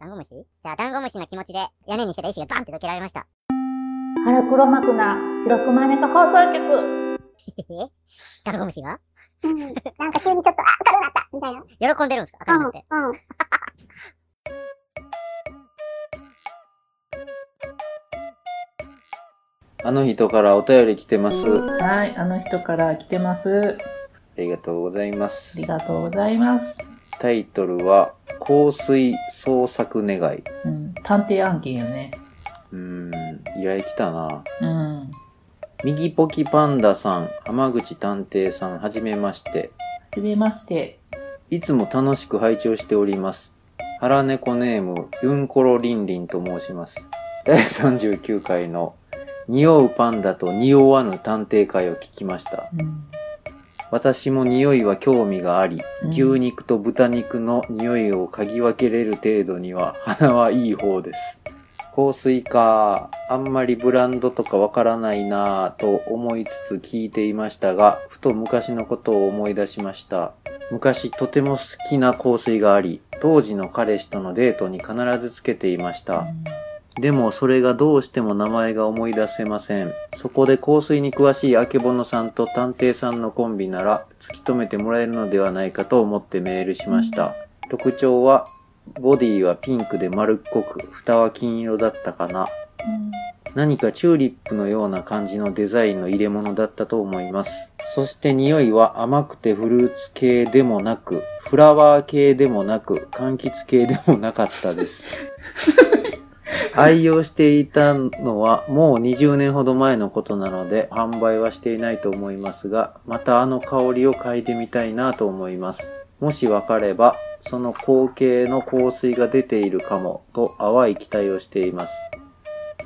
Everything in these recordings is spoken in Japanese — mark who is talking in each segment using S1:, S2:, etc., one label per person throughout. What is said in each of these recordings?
S1: ダンゴムシじゃあ、ダンゴムシの気持ちで屋根にしてた石がバンってどけられました。
S2: 腹黒幕な白熊猫放送局。
S1: えへへダンゴムシが
S3: うんなんか急にちょっと、あ、明るくなったみたいな。
S1: 喜んでるんですか赤くなって。
S3: うん。うん。
S4: あの人からお便り来てます。あ
S2: はい、あの人から来てます。
S4: りがとうございま
S2: あり
S4: す。
S2: がとうございます。
S4: タイトルは、香水創作願い。
S2: うん、探偵案件よね。
S4: うーん、依頼来たな。
S2: うん。は
S4: 右ポキパンダさん、浜口探偵さん、はじめまして。
S2: じめまして。
S4: いつも楽しく拝聴しております。腹猫ネーム、ユンコロリンリンと申します。第39回の、匂うパンダと匂わぬ探偵会を聞きました。
S2: うん。
S4: 私も匂いは興味があり、
S2: うん
S4: 牛肉と豚肉の匂いを嗅ぎ分けれる程度には鼻はいい方です。香水か、あんまりブランドとかわからないなぁと思いつつ聞いていましたが、ふと昔のことを思い出しました。昔とても好きな香水があり、当時の彼氏とのデートに必ずつけていました。でもそれがどうしても名前が思い出せません。そこで香水に詳しいあけぼのさんと探偵さんのコンビなら突き止めてもらえるのではないかと思ってメールしました。特徴は、ボディはピンクで丸っこく、蓋は金色だったかな。
S2: うん
S4: 何かチューリップのような感じのデザインの入れ物だったと思います。そして匂いは甘くてフルーツ系でもなく、フラワー系でもなく、柑橘系でもなかったです。愛用していたのはもう20年ほど前のことなので販売はしていないと思いますが、またあの香りを嗅いでみたいなと思います。もしわかれば、その光景の香水が出ているかもと淡い期待をしています。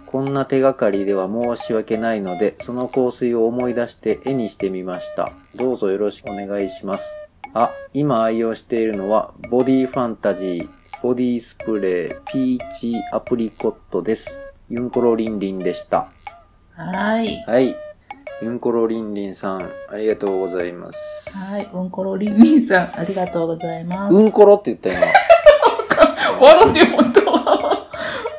S4: こんな手がかりでは申し訳ないので、その香水を思い出して絵にしてみました。どうぞよろしくお願いします。あ、今愛用しているのは、ボディファンタジー、ボディスプレー、ピーチアプリコットです。ユンコロリンリンでした。
S2: はい。
S4: はい。ユンコロリンリンさん、ありがとうございます。
S2: はい。うんころりんりんさん、ありがとうございます。
S4: うんころって言った今。
S2: 笑ってもったわ。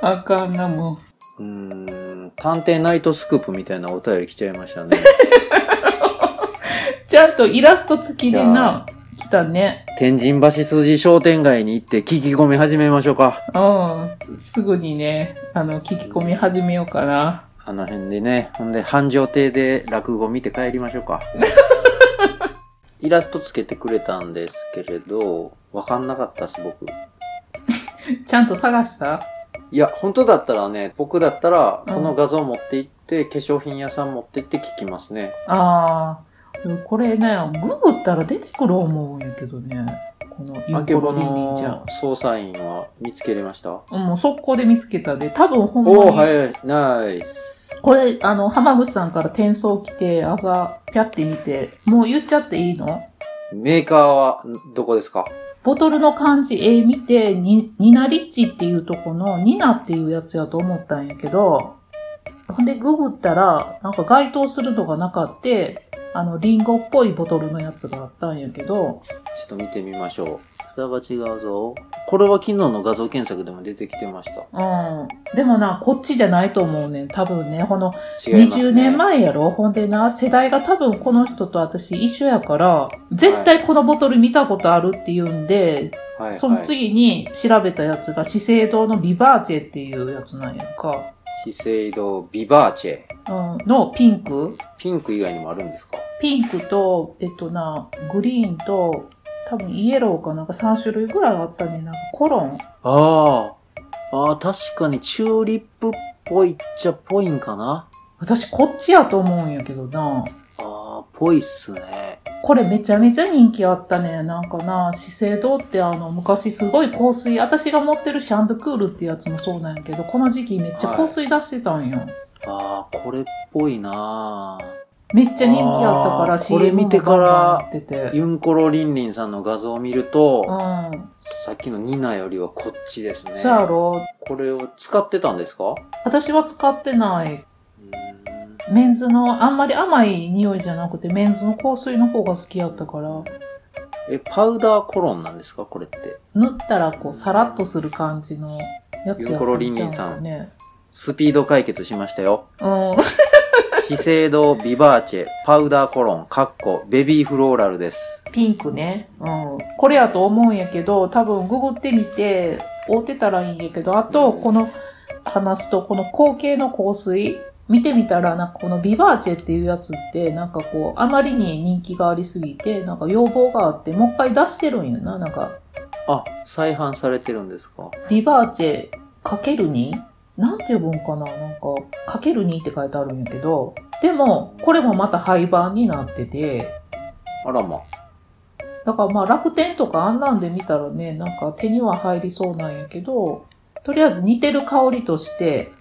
S2: あかんな、も
S4: う
S2: う。
S4: ーん、探偵ナイトスクープみたいなお便り来ちゃいました ね。
S2: ちゃんとイラスト付きでな、来たね。
S4: 天神橋筋商店街に行って聞き込み始めましょうか。
S2: うん。すぐにね、あの、聞き込み始めようかな。
S4: あの辺でね。ほんで、繁盛亭で落語見て帰りましょう か。イラストつけてくれたんですけれど、わかんなかったっす、僕。
S2: ちゃんと探した
S4: いや、本当だったらね、僕だったら、この画像持って行って、化粧品屋さん持って行って聞きますね。
S2: あー、これね、ググったら出てくる思うんやけどね。この、ゆ
S4: あ
S2: う
S4: け
S2: こ
S4: ぼ
S2: ろりんりんちゃん
S4: の。捜査員は見つけれました
S2: うんもう速攻で見つけたで、多分ほんまに、
S4: おー、早い。ナイス。
S2: これ、あの、浜口さんから転送来て、朝、ぴゃって見て、もう言っちゃっていいの
S4: メーカーは、どこですか
S2: ボトルの漢字絵見て、に、ニナリッチっていうとこの、ニナっていうやつやと思ったんやけど、ほんでググったら、なんか該当するのがなかって、あの、リンゴっぽいボトルのやつがあったんやけど、
S4: ちょっと見てみましょう。蓋が違うぞ。これは昨日の画像検索でも出てきてました。
S2: うん。でもな、こっちじゃないと思うねん。多分ね、この、
S4: 違います、ね。
S2: 20年前やろほんでな、世代が多分この人と私一緒やから、絶対このボトル見たことあるって言うんで、
S4: はいはい、
S2: その次に調べたやつが資生堂のビバーチェっていうやつなんやんか。
S4: 資生堂ビバーチェ。
S2: うん、のピンク
S4: ピンク以外にもあるんですか
S2: ピンクと、えっとな、グリーンと、多分イエローかなんか3種類ぐらいあったね。なんかコロン。
S4: ああ。ああ、確かにチューリップっぽいっちゃぽいんかな
S2: 私こっちやと思うんやけどな。
S4: ああ、ぽいっすね。
S2: これめちゃめちゃ人気あったね。なんかな、資生堂ってあの、昔すごい香水、私が持ってるシャンドクールってやつもそうなんやけど、この時期めっちゃ香水出してたんよ。
S4: ああ、これっぽいな
S2: めっちゃ人気あったか
S4: あー
S2: ら、
S4: これ見てから
S2: やってて。
S4: ユンコロリンリンさんの画像を見ると、
S2: うん。
S4: さっきのニナよりはこっちですね。
S2: そうやろ。
S4: これを使ってたんですか
S2: 私は使ってない。
S4: うーん
S2: メンズの、あんまり甘い匂いじゃなくて、メンズの香水の方が好きやったから。
S4: え、パウダーコロンなんですかこれって。
S2: 塗ったらこうさらっとする感じのやつやったんちゃう
S4: ユーコロリンリンさん
S2: ね。
S4: スピード解決しましたよ。
S2: うん。
S4: 資生堂ビバーチェパウダーコロン、カッコ、ベビーフローラルです。
S2: ピンクね。うん。これやと思うんやけど、多分ググってみて、追ってたらいいんやけど、あと、この話と、この後継の香水、見てみたら、なんかこのビバーチェっていうやつって、なんかこう、あまりに人気がありすぎて、なんか要望があって、もう一回出してるんやな。なんか、
S4: あ、再販されてるんですか
S2: ビバーチェかける 2? なんて呼ぶんかななんか、かける2って書いてあるんやけど、でも、これもまた廃盤になってて、
S4: あらま。
S2: だからまあ楽天とかあんなんで見たらね、なんか手には入りそうなんやけど、とりあえず似てる香りとして、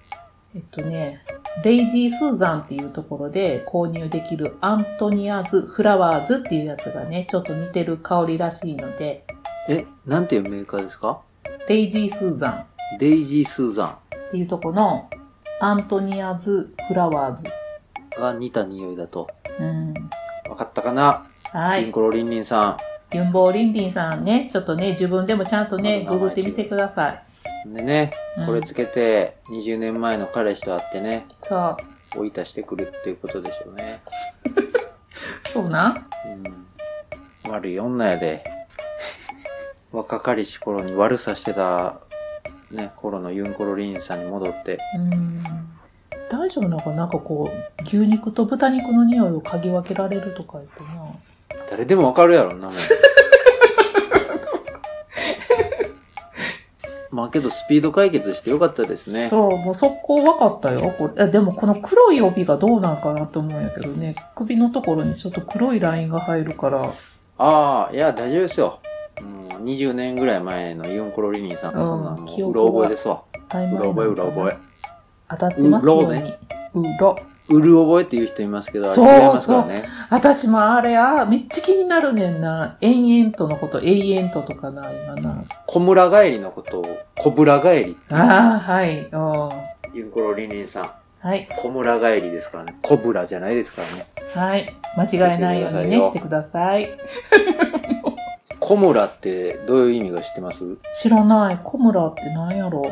S2: えっとね、レイジー・スーザンっていうところで購入できるアントニアズ・フラワーズっていうやつがね、ちょっと似てる香りらしいので、
S4: え、なんていうメーカーですか
S2: レイジー・スーザン
S4: デイジー・スーザ
S2: っていうとこのアントニアズ・フラワーズ。
S4: ンが似た匂いだと。
S2: うん。
S4: わかったかな、
S2: は
S4: リン
S2: い。
S4: コロリンリンさ
S2: ユンボー・リンリンさんね、ちょっとね、自分でもちゃんとね、
S4: ま
S2: グ
S4: だ名前
S2: グってみてください。
S4: ん。でね、
S2: うん
S4: これつけて20年前の彼氏と会ってね、
S2: そう。
S4: 追い足してくるっていうことでしょうね。
S2: そうなん
S4: うん。悪い女やで。若かりし頃に悪さしてた、ね、頃のユンコロリンさんに戻って、
S2: うん大丈夫なのかなんかこう牛肉と豚肉の匂いを嗅ぎ分けられるとか言ってな
S4: 誰でもわかるやろんなもん。 まあけどスピード解決してよかったですね。
S2: そうもう速攻分かったよこれあでもこの黒い帯がどうなんかなと思うんやけどね首のところにちょっと黒いラインが入るから
S4: ああ、いや、大丈夫ですよ。もう20年ぐらい前のユンコロリンさん
S2: う
S4: が
S2: ん
S4: そんなんも
S2: 記
S4: う、う
S2: 憶
S4: ろ
S2: は
S4: 覚えですわ。
S2: 曖
S4: う
S2: 昧な
S4: ろ覚え、う
S2: のかな
S4: ろ覚え。
S2: 当たってますよう
S4: うろ
S2: に
S4: ね
S2: うろ
S4: うる覚えっていう人いますけど、あれ
S2: そう
S4: 違いますからね。
S2: 私もあれあめっちゃ気になるねんな延々とのこと永遠ととかな今な
S4: 小村帰りのことを、小村帰り。
S2: ああはいうん
S4: ユンコロリンリンさん。
S2: はい
S4: 小村帰りですからね。小ブラじゃないですからね。
S2: はい間違えないようにねしてください
S4: 小村ってどういう意味が知ってます
S2: 知らない。コムラってなんやろ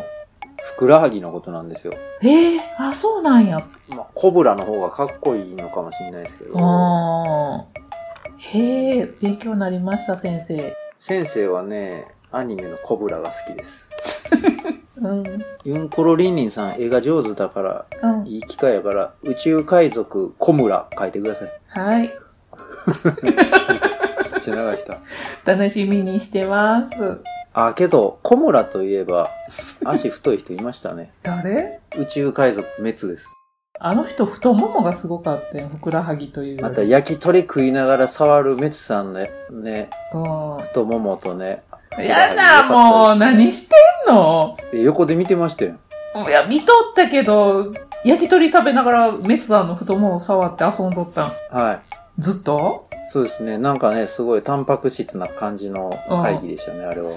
S4: ふくらはぎのことなんですよ。
S2: ええあ、そうなんや。
S4: まあ、コブラの方がかっこいいのかもしれないですけど。
S2: あーへえ、勉強になりました、先生。
S4: 先生はね、アニメのコブラが好きです。
S2: うん、うん。
S4: ユンコロリンリンさん絵が上手だから、いい機会やから、宇宙海賊小村書いてください。
S2: はい。
S4: めっちゃ長い人。
S2: 楽しみにしてます。
S4: あ、けど、小村といえば、足太い人いましたね。
S2: 誰
S4: 宇宙海賊滅です。
S2: あの人、太ももがすごかったよ。ふくらはぎというより。
S4: また焼き鳥食いながら触る滅さんのね、
S2: う
S4: 太ももとね。
S2: ん。やだ、もう、何してんの
S4: え横で見てましたよ。
S2: いや、見とったけど、焼き鳥食べながら、メツさんの太ももを触って遊んどったん。
S4: はい。
S2: ずっと
S4: そうですね。なんかね、すごいタンパク質な感じの会議でしたね、あれは。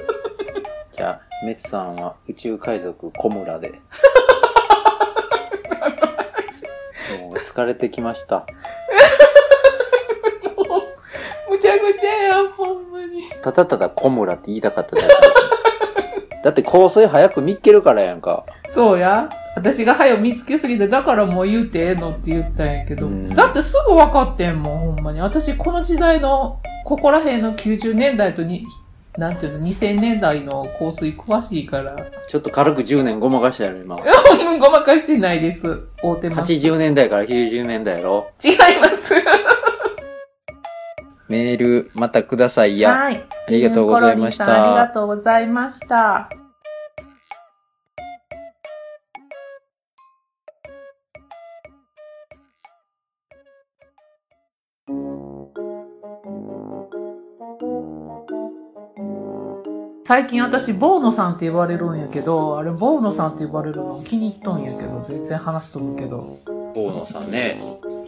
S4: じゃあ、メツさんは宇宙海賊小村 で。もう疲れてきました。
S2: むちゃくちゃや、ほんまに。
S4: ただただ小村って言いたかっただけですね。だって香水早く見っけるからやんか。
S2: そうや。私が早よ見つけすぎて、だからもう言うてええのって言ったんやけど。
S4: うん
S2: だってすぐ分かってんもん、ほんまに。私、この時代の、ここら辺の90年代とに、なんていうの、2000年代の香水詳しいから。
S4: ちょっと軽く10年ごまかしたやろ、今は。
S2: うんごまかしてないです。大手ます。違い
S4: 80年代から90年代やろ。
S2: ます。
S4: メール、またくださいや。
S2: はい。
S4: ありがとうございました
S2: ユンコロリンさんありがとうございました。最近私、ボーノさんって言われるんやけど、あれ、ボーノさんって言われるの気に入っとんやけど、全然話飛ぶけど。
S4: 大野さんね。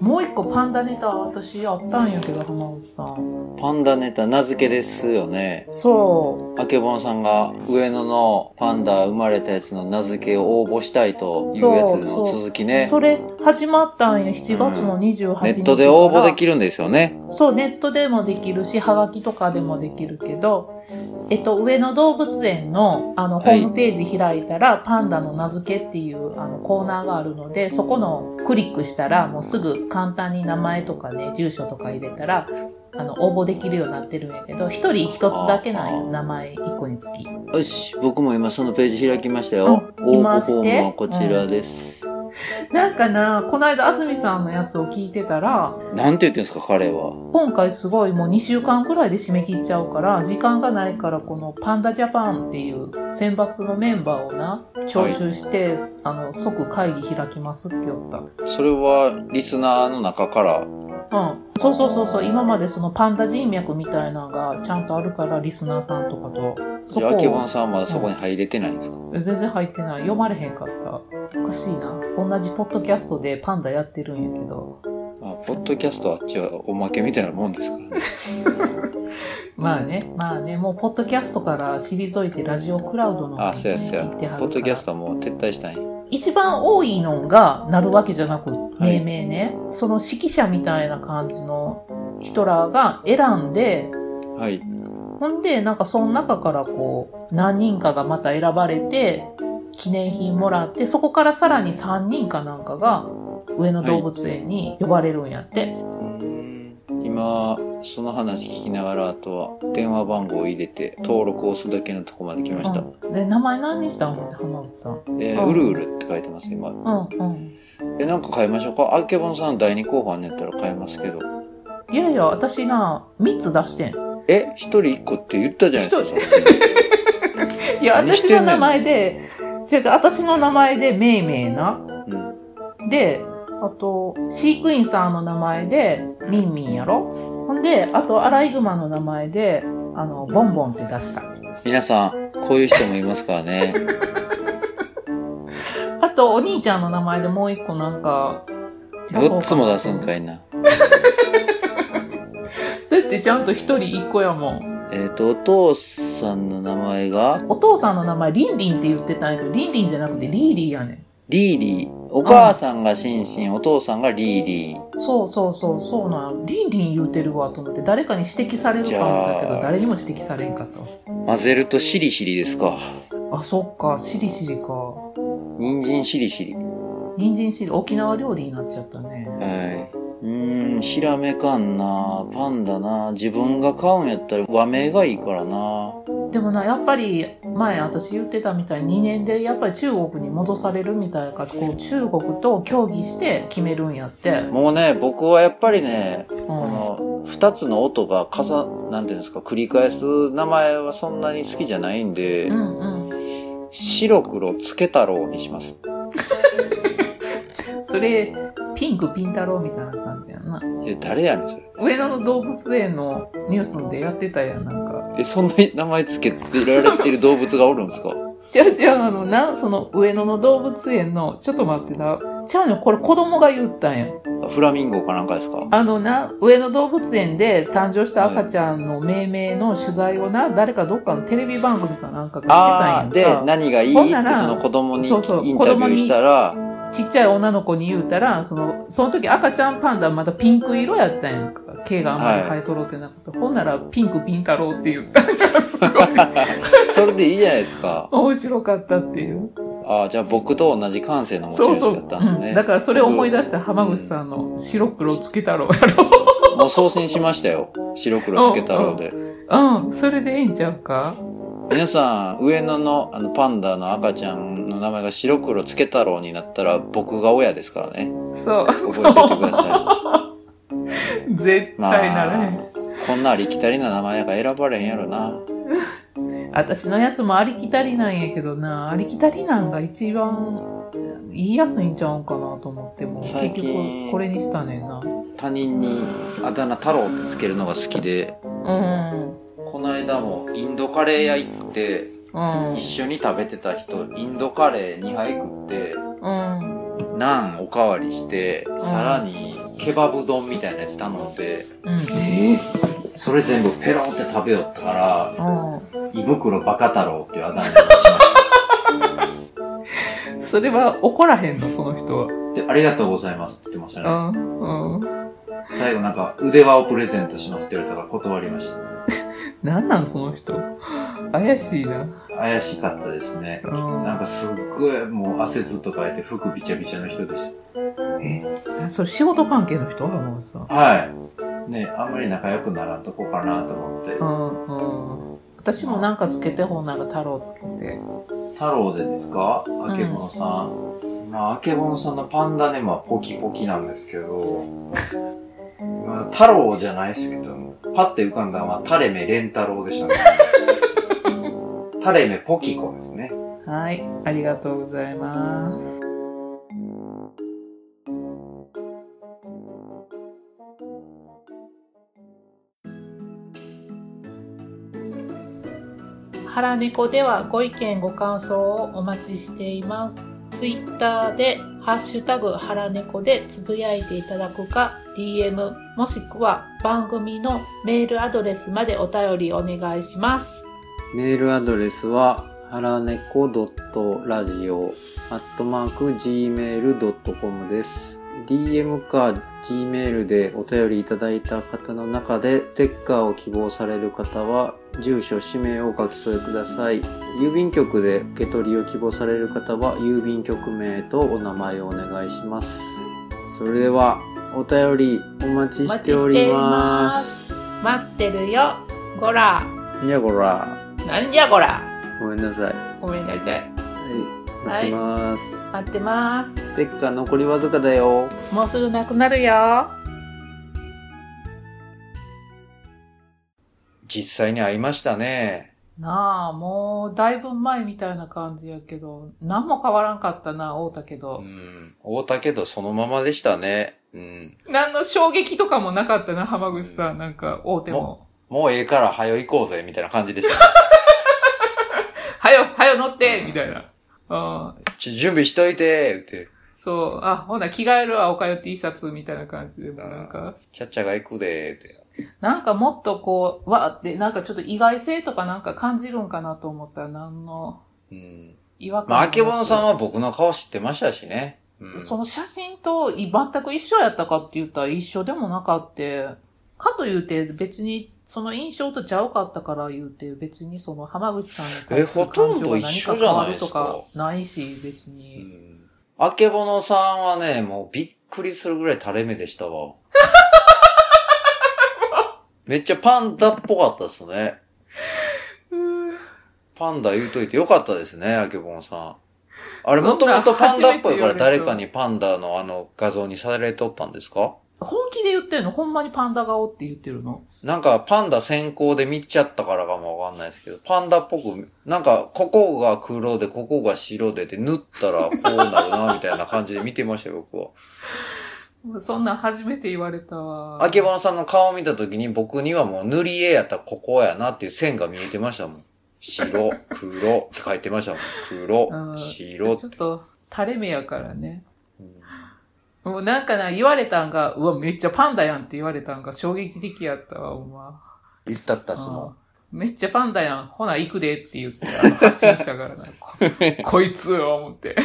S2: もう一個パンダネタ私あったんやけど、浜口さん。
S4: パンダネタ名付けですよね。
S2: そ
S4: あけぼのさんが上野のパンダ生まれたやつの名付けを応募したいというやつの続き
S2: う。
S4: ね。
S2: それ始まったんや、7月の28日から、
S4: ネットで応募できるんですよね。
S2: そう、ネットでもできるし、はがきとかでもできるけど、えっと、上野動物園の、あの、ホ
S4: はい
S2: ームページ開いたら、パンダの名付けっていう、あの、コーナーがあるので、そこのクリックしたら、もうすぐ簡単に名前とかね、住所とか入れたら、あの、応募できるようになってるんやけど、一人一つだけなんよ、名前一個につき。
S4: よし、僕も今そのページ開きましたよ。
S2: あ
S4: 応
S2: 今
S4: 募
S2: して
S4: フォームはこちらです。
S2: なんかな、この間、安住さんのやつを聞いてたら、
S4: なんて言ってんですか、彼は。
S2: 今回すごいもう2週間くらいで締め切っちゃうから時間がないからこのパンダジャパンっていう選抜のメンバーをな徴収して、あの即会議開きますって言った
S4: それはリスナーの中から。
S2: うんそうそうそうそう今までそのパンダ人脈みたいなのがちゃんとあるからリスナーさんとかとそ
S4: じゃあ、あけぼの
S2: こ
S4: さんはまだそこに入れてないんですか、
S2: 全然入ってない読まれへんかったおかしいな同じポッドキャストでパンダやってるんやけど
S4: まあ、ポッドキャストはあっちはおまけみたいなもんですからね。
S2: まあねまあねもうポッドキャストから退いてラジオクラウドの方に
S4: あ、そうやそうや。
S2: 行ってはるから
S4: ポッドキャストはもう撤退したんや。
S2: 一番多いのがなるわけじゃなく
S4: い
S2: 命名ね、その指揮者みたいな感じの人らが選んで
S4: はい。
S2: ほんでなんかその中からこう何人かがまた選ばれて記念品もらってそこからさらに3人かなんかが上野動物園に呼ばれるんやって、
S4: 今、その話聞きながら、あとは電話番号を入れて、登録を押すだけのとこまで来ました。
S2: うんで名前何にしたのって浜口さん
S4: え
S2: う
S4: ー、
S2: ん
S4: うるうるって書いてます、今。
S2: うんうん
S4: え、なんか変えましょうか。あけぼのさん第2候補あんねやったら変えますけど。
S2: いやいや私な3つ出してん
S4: え、一人一個って言ったじゃないですか、さっ
S2: いや
S4: 何し
S2: 私
S4: てんね
S2: の
S4: ん
S2: 名前で違う違う私の名前でめいめいな
S4: きうん。
S2: で、あと、飼育員さんの名前で、ミンミンやろほんで、あと、アライグマの名前で、あの、ボンボンって出した。
S4: 皆さん、こういう人もいますからね。
S2: あと、お兄ちゃんの名前でもう一個なんか、
S4: 4つも出すんか
S2: い。
S4: いな。
S2: だってちゃんと一人一個やもん。
S4: えっ、と、お父さんの名前が、
S2: お父さんの名前、リンリンって言ってたんやけど、リンリンじゃなくてリーリーやねん。
S4: リーリー。お母さんがシンシン、お父さんがリーリー。
S2: そうそうそう、そうなんやリンリン言うてるわと思って、誰かに指摘されるかもだけ
S4: じゃあ
S2: ど、誰にも指摘されんかったわ
S4: 混ぜるとシリシリですか。
S2: あ、そっか、シリシリか。
S4: 人参シリシリ。
S2: 人参シリ、沖縄料理になっちゃったね。
S4: はい。うーん、ヒラメかんな、パンダな、自分が飼うんやったら和名がいいからな。
S2: でもなやっぱり前私言ってたみたいに2年でやっぱり中国に戻されるみたいからこう中国と協議して決めるんやって、
S4: もうね、僕はやっぱりね、
S2: うん、
S4: こ
S2: あ
S4: の2つの音が重なんていうんですか繰り返す名前はそんなに好きじゃないんで、
S2: うんうん
S4: 白黒つけ太郎にします
S2: それピンクピン太郎みたいな感じやない
S4: や誰やねんそれ
S2: 上野の動物園のニュースでやってたやんなんか
S4: えそんなに名前つけてられてる動物がおるんですか
S2: じゃあじゃああのなその上野の動物園のちょっと待ってなちゃうのこれ子供が言ったんや
S4: フラミンゴかなんかですか
S2: あのな、上野動物園で誕生した赤ちゃんの命名の取材をな、誰かどっかのテレビ番組かなんかが
S4: ああー
S2: してたん
S4: で
S2: やんか。
S4: 何がいい
S2: ほんな
S4: っ
S2: ら
S4: てその子供に
S2: そうそう
S4: インタビューしたら
S2: ちっちゃい女の子に言うたら、その、その時赤ちゃんパンダまだピンク色やったんやんか。毛があんまり生え揃ってなくて。ほんなら、ピンクピン太郎って言ったんがすごい
S4: それでいいじゃないですか
S2: 面白かったっていう。
S4: ああじゃあ僕と同じ感性の持ち
S2: そうそ
S4: 主
S2: う。
S4: だったんですね
S2: うんだからそれを思い出した浜口さんの白黒つけ太郎やろ。
S4: もう送信しましたよ白黒つけ太郎で
S2: うん、それでええんちゃうか
S4: 皆さん、上野のあのパンダの赤ちゃんの名前が白黒つけ太郎になったら僕が親ですからね。
S2: そう。
S4: 覚えておいてくださ
S2: 絶
S4: い。
S2: 対
S4: まあ、
S2: ならへん。
S4: こんなありきたりな名前が選ばれへんやろな。
S2: 私のやつもありきたりなんやけどなありきたりなんが一番言いやすいんちゃうんかなと思ってもう
S4: 最
S2: 結
S4: 近
S2: 局これにしたねんなう
S4: 他人にあだ名太郎ってつけるのが好きで、
S2: ん
S4: この間もインドカレー屋行って、
S2: うん
S4: 一緒に食べてた人、インドカレー2杯食って、
S2: うん
S4: ナンおかわりして、さらにケバブ丼みたいなやつ頼んで、
S2: うん。
S4: それ全部ペロって食べよったから、
S2: あ
S4: 胃袋バカ太郎っていうあだ名にしました。
S2: あ。それは怒らへんの、その人は。
S4: で、ありがとうございますって言ってました
S2: う
S4: ね。
S2: ん。うん。
S4: 最後なんか、腕輪をプレゼントしますって言われたから断りました。
S2: なんなん、その人。怪しいな。
S4: 怪しかったですね。
S2: う
S4: なん
S2: ん。
S4: かすっごいもう汗ずっとかいて服びちゃびちゃの人でし
S2: あそれ仕事関係の人浜本さん。
S4: た。はい。ね、あんまり仲良くならんとこかなと思って
S2: う。ん。うん。私もなんかつけて、ほんなら太郎つけて。
S4: 太郎でですかあけぼのさん。まあ、あけぼのさんのパンダネマポキポキなんですけど、まあ、太郎じゃないですけど、パッて浮かんだのはタレメレンタロウでしたね。タレメポキコですね。
S2: はい。ありがとうございます。腹猫ではご意見ご感想をお待ちしています。ツイッターでハッシュタグ腹猫でつぶやいていただくか、DM もしくは番組のメールアドレスまでお便りお願いします。
S4: メールアドレスは、はらねこ .radio アットマーク gmail.com です。DM か Gmail でお便りいただいた方の中で、ステッカーを希望される方は、住所、氏名をお書き添えください。郵便局で受け取りを希望される方は、郵便局名とお名前をお願いします。それでは、お便りお待ちしております。
S2: 待ってるよ。ごら。
S4: にゃごら、
S2: なんじゃこら。
S4: ごめんなさい。
S2: ごめんなさい。
S4: はい、待ってます。
S2: 待ってま
S4: ステッカー残りわずかだよ。
S2: す。もうすぐなくなるよ。
S4: 実際に会いましたね。
S2: なあ、もうだいぶ前みたいな感じやけど、何も変わらんかったな、会うたけ
S4: う
S2: ど。
S4: ん。会うたけどそのままでしたね。うん。
S2: 何の衝撃とかもなかったな、浜口さん。なんか、会うても。
S4: もうええから早行こうぜ、みたいな感じでした。
S2: はよ、はよ乗ってみたいな。うん。
S4: ちょ準備しといて、って。
S2: そう。あ、ほな、着替えるわ、おかよ T シャツみたいな感じで。なんか、
S4: ちゃっちゃが行くで、って。
S2: なんかもっとこう、わーって、なんかちょっと意外性とかなんか感じるんかなと思ったら、何の
S4: うん。
S2: 違和感
S4: まあ、あけぼのさん
S2: は、
S4: は僕の顔知ってましたしね。うん。
S2: その写真とい全く一緒やったかって言ったら一緒でもなかって、かと言うて別にその印象とちゃうかったから言うて別にその浜口さんに対する
S4: えほとんど
S2: 感情が
S4: 一
S2: 何
S4: 緒
S2: か
S4: じ
S2: 変
S4: ゃ
S2: わ
S4: ない
S2: る
S4: で
S2: と
S4: すか
S2: かないし別
S4: う
S2: に。
S4: ん。あけぼのさんはね、もうびっくりするぐらい垂れ目でしたわ。めっちゃパンダっぽかったっすね。パンダ言うといてよかったですね、あけぼんさん。あれ、
S2: そんな
S4: もともとパンダっぽいから
S2: 初めて言われ
S4: 誰
S2: た
S4: かにパンダのあの画像にされとったんですか
S2: 本気で言ってるのほんまにパンダ顔って言ってるの
S4: なんかパンダ先行で見ちゃったからかもわかんないですけど、パンダっぽく、なんかここが黒でここが白でで塗ったらこうなるな、みたいな感じで見てましたよ、僕は。
S2: そんなん初めて言われたわ。
S4: あけぼのさんの顔を見たときに僕にはもう塗り絵やったらここやなっていう線が見えてま したもん。白、黒って書いてましたもん。
S2: う
S4: 黒、
S2: ん
S4: 白って
S2: ちょっ。と垂れ目やからね。
S4: うん
S2: もうなんかな、言われたんが、うわ、めっちゃパンダやんって言われたんが衝撃的やったわ、お前。
S4: 言ったったっすもん。
S2: めっちゃパンダやん。ほな、行くでって言って、あの発信したからな。ここいつ、思って。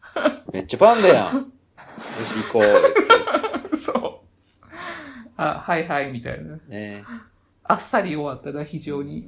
S4: めっちゃパンダやん。よし、行こうっ
S2: そう。あ、はいはい、みたいな。
S4: て。ね
S2: あっさり終わったな、非常に。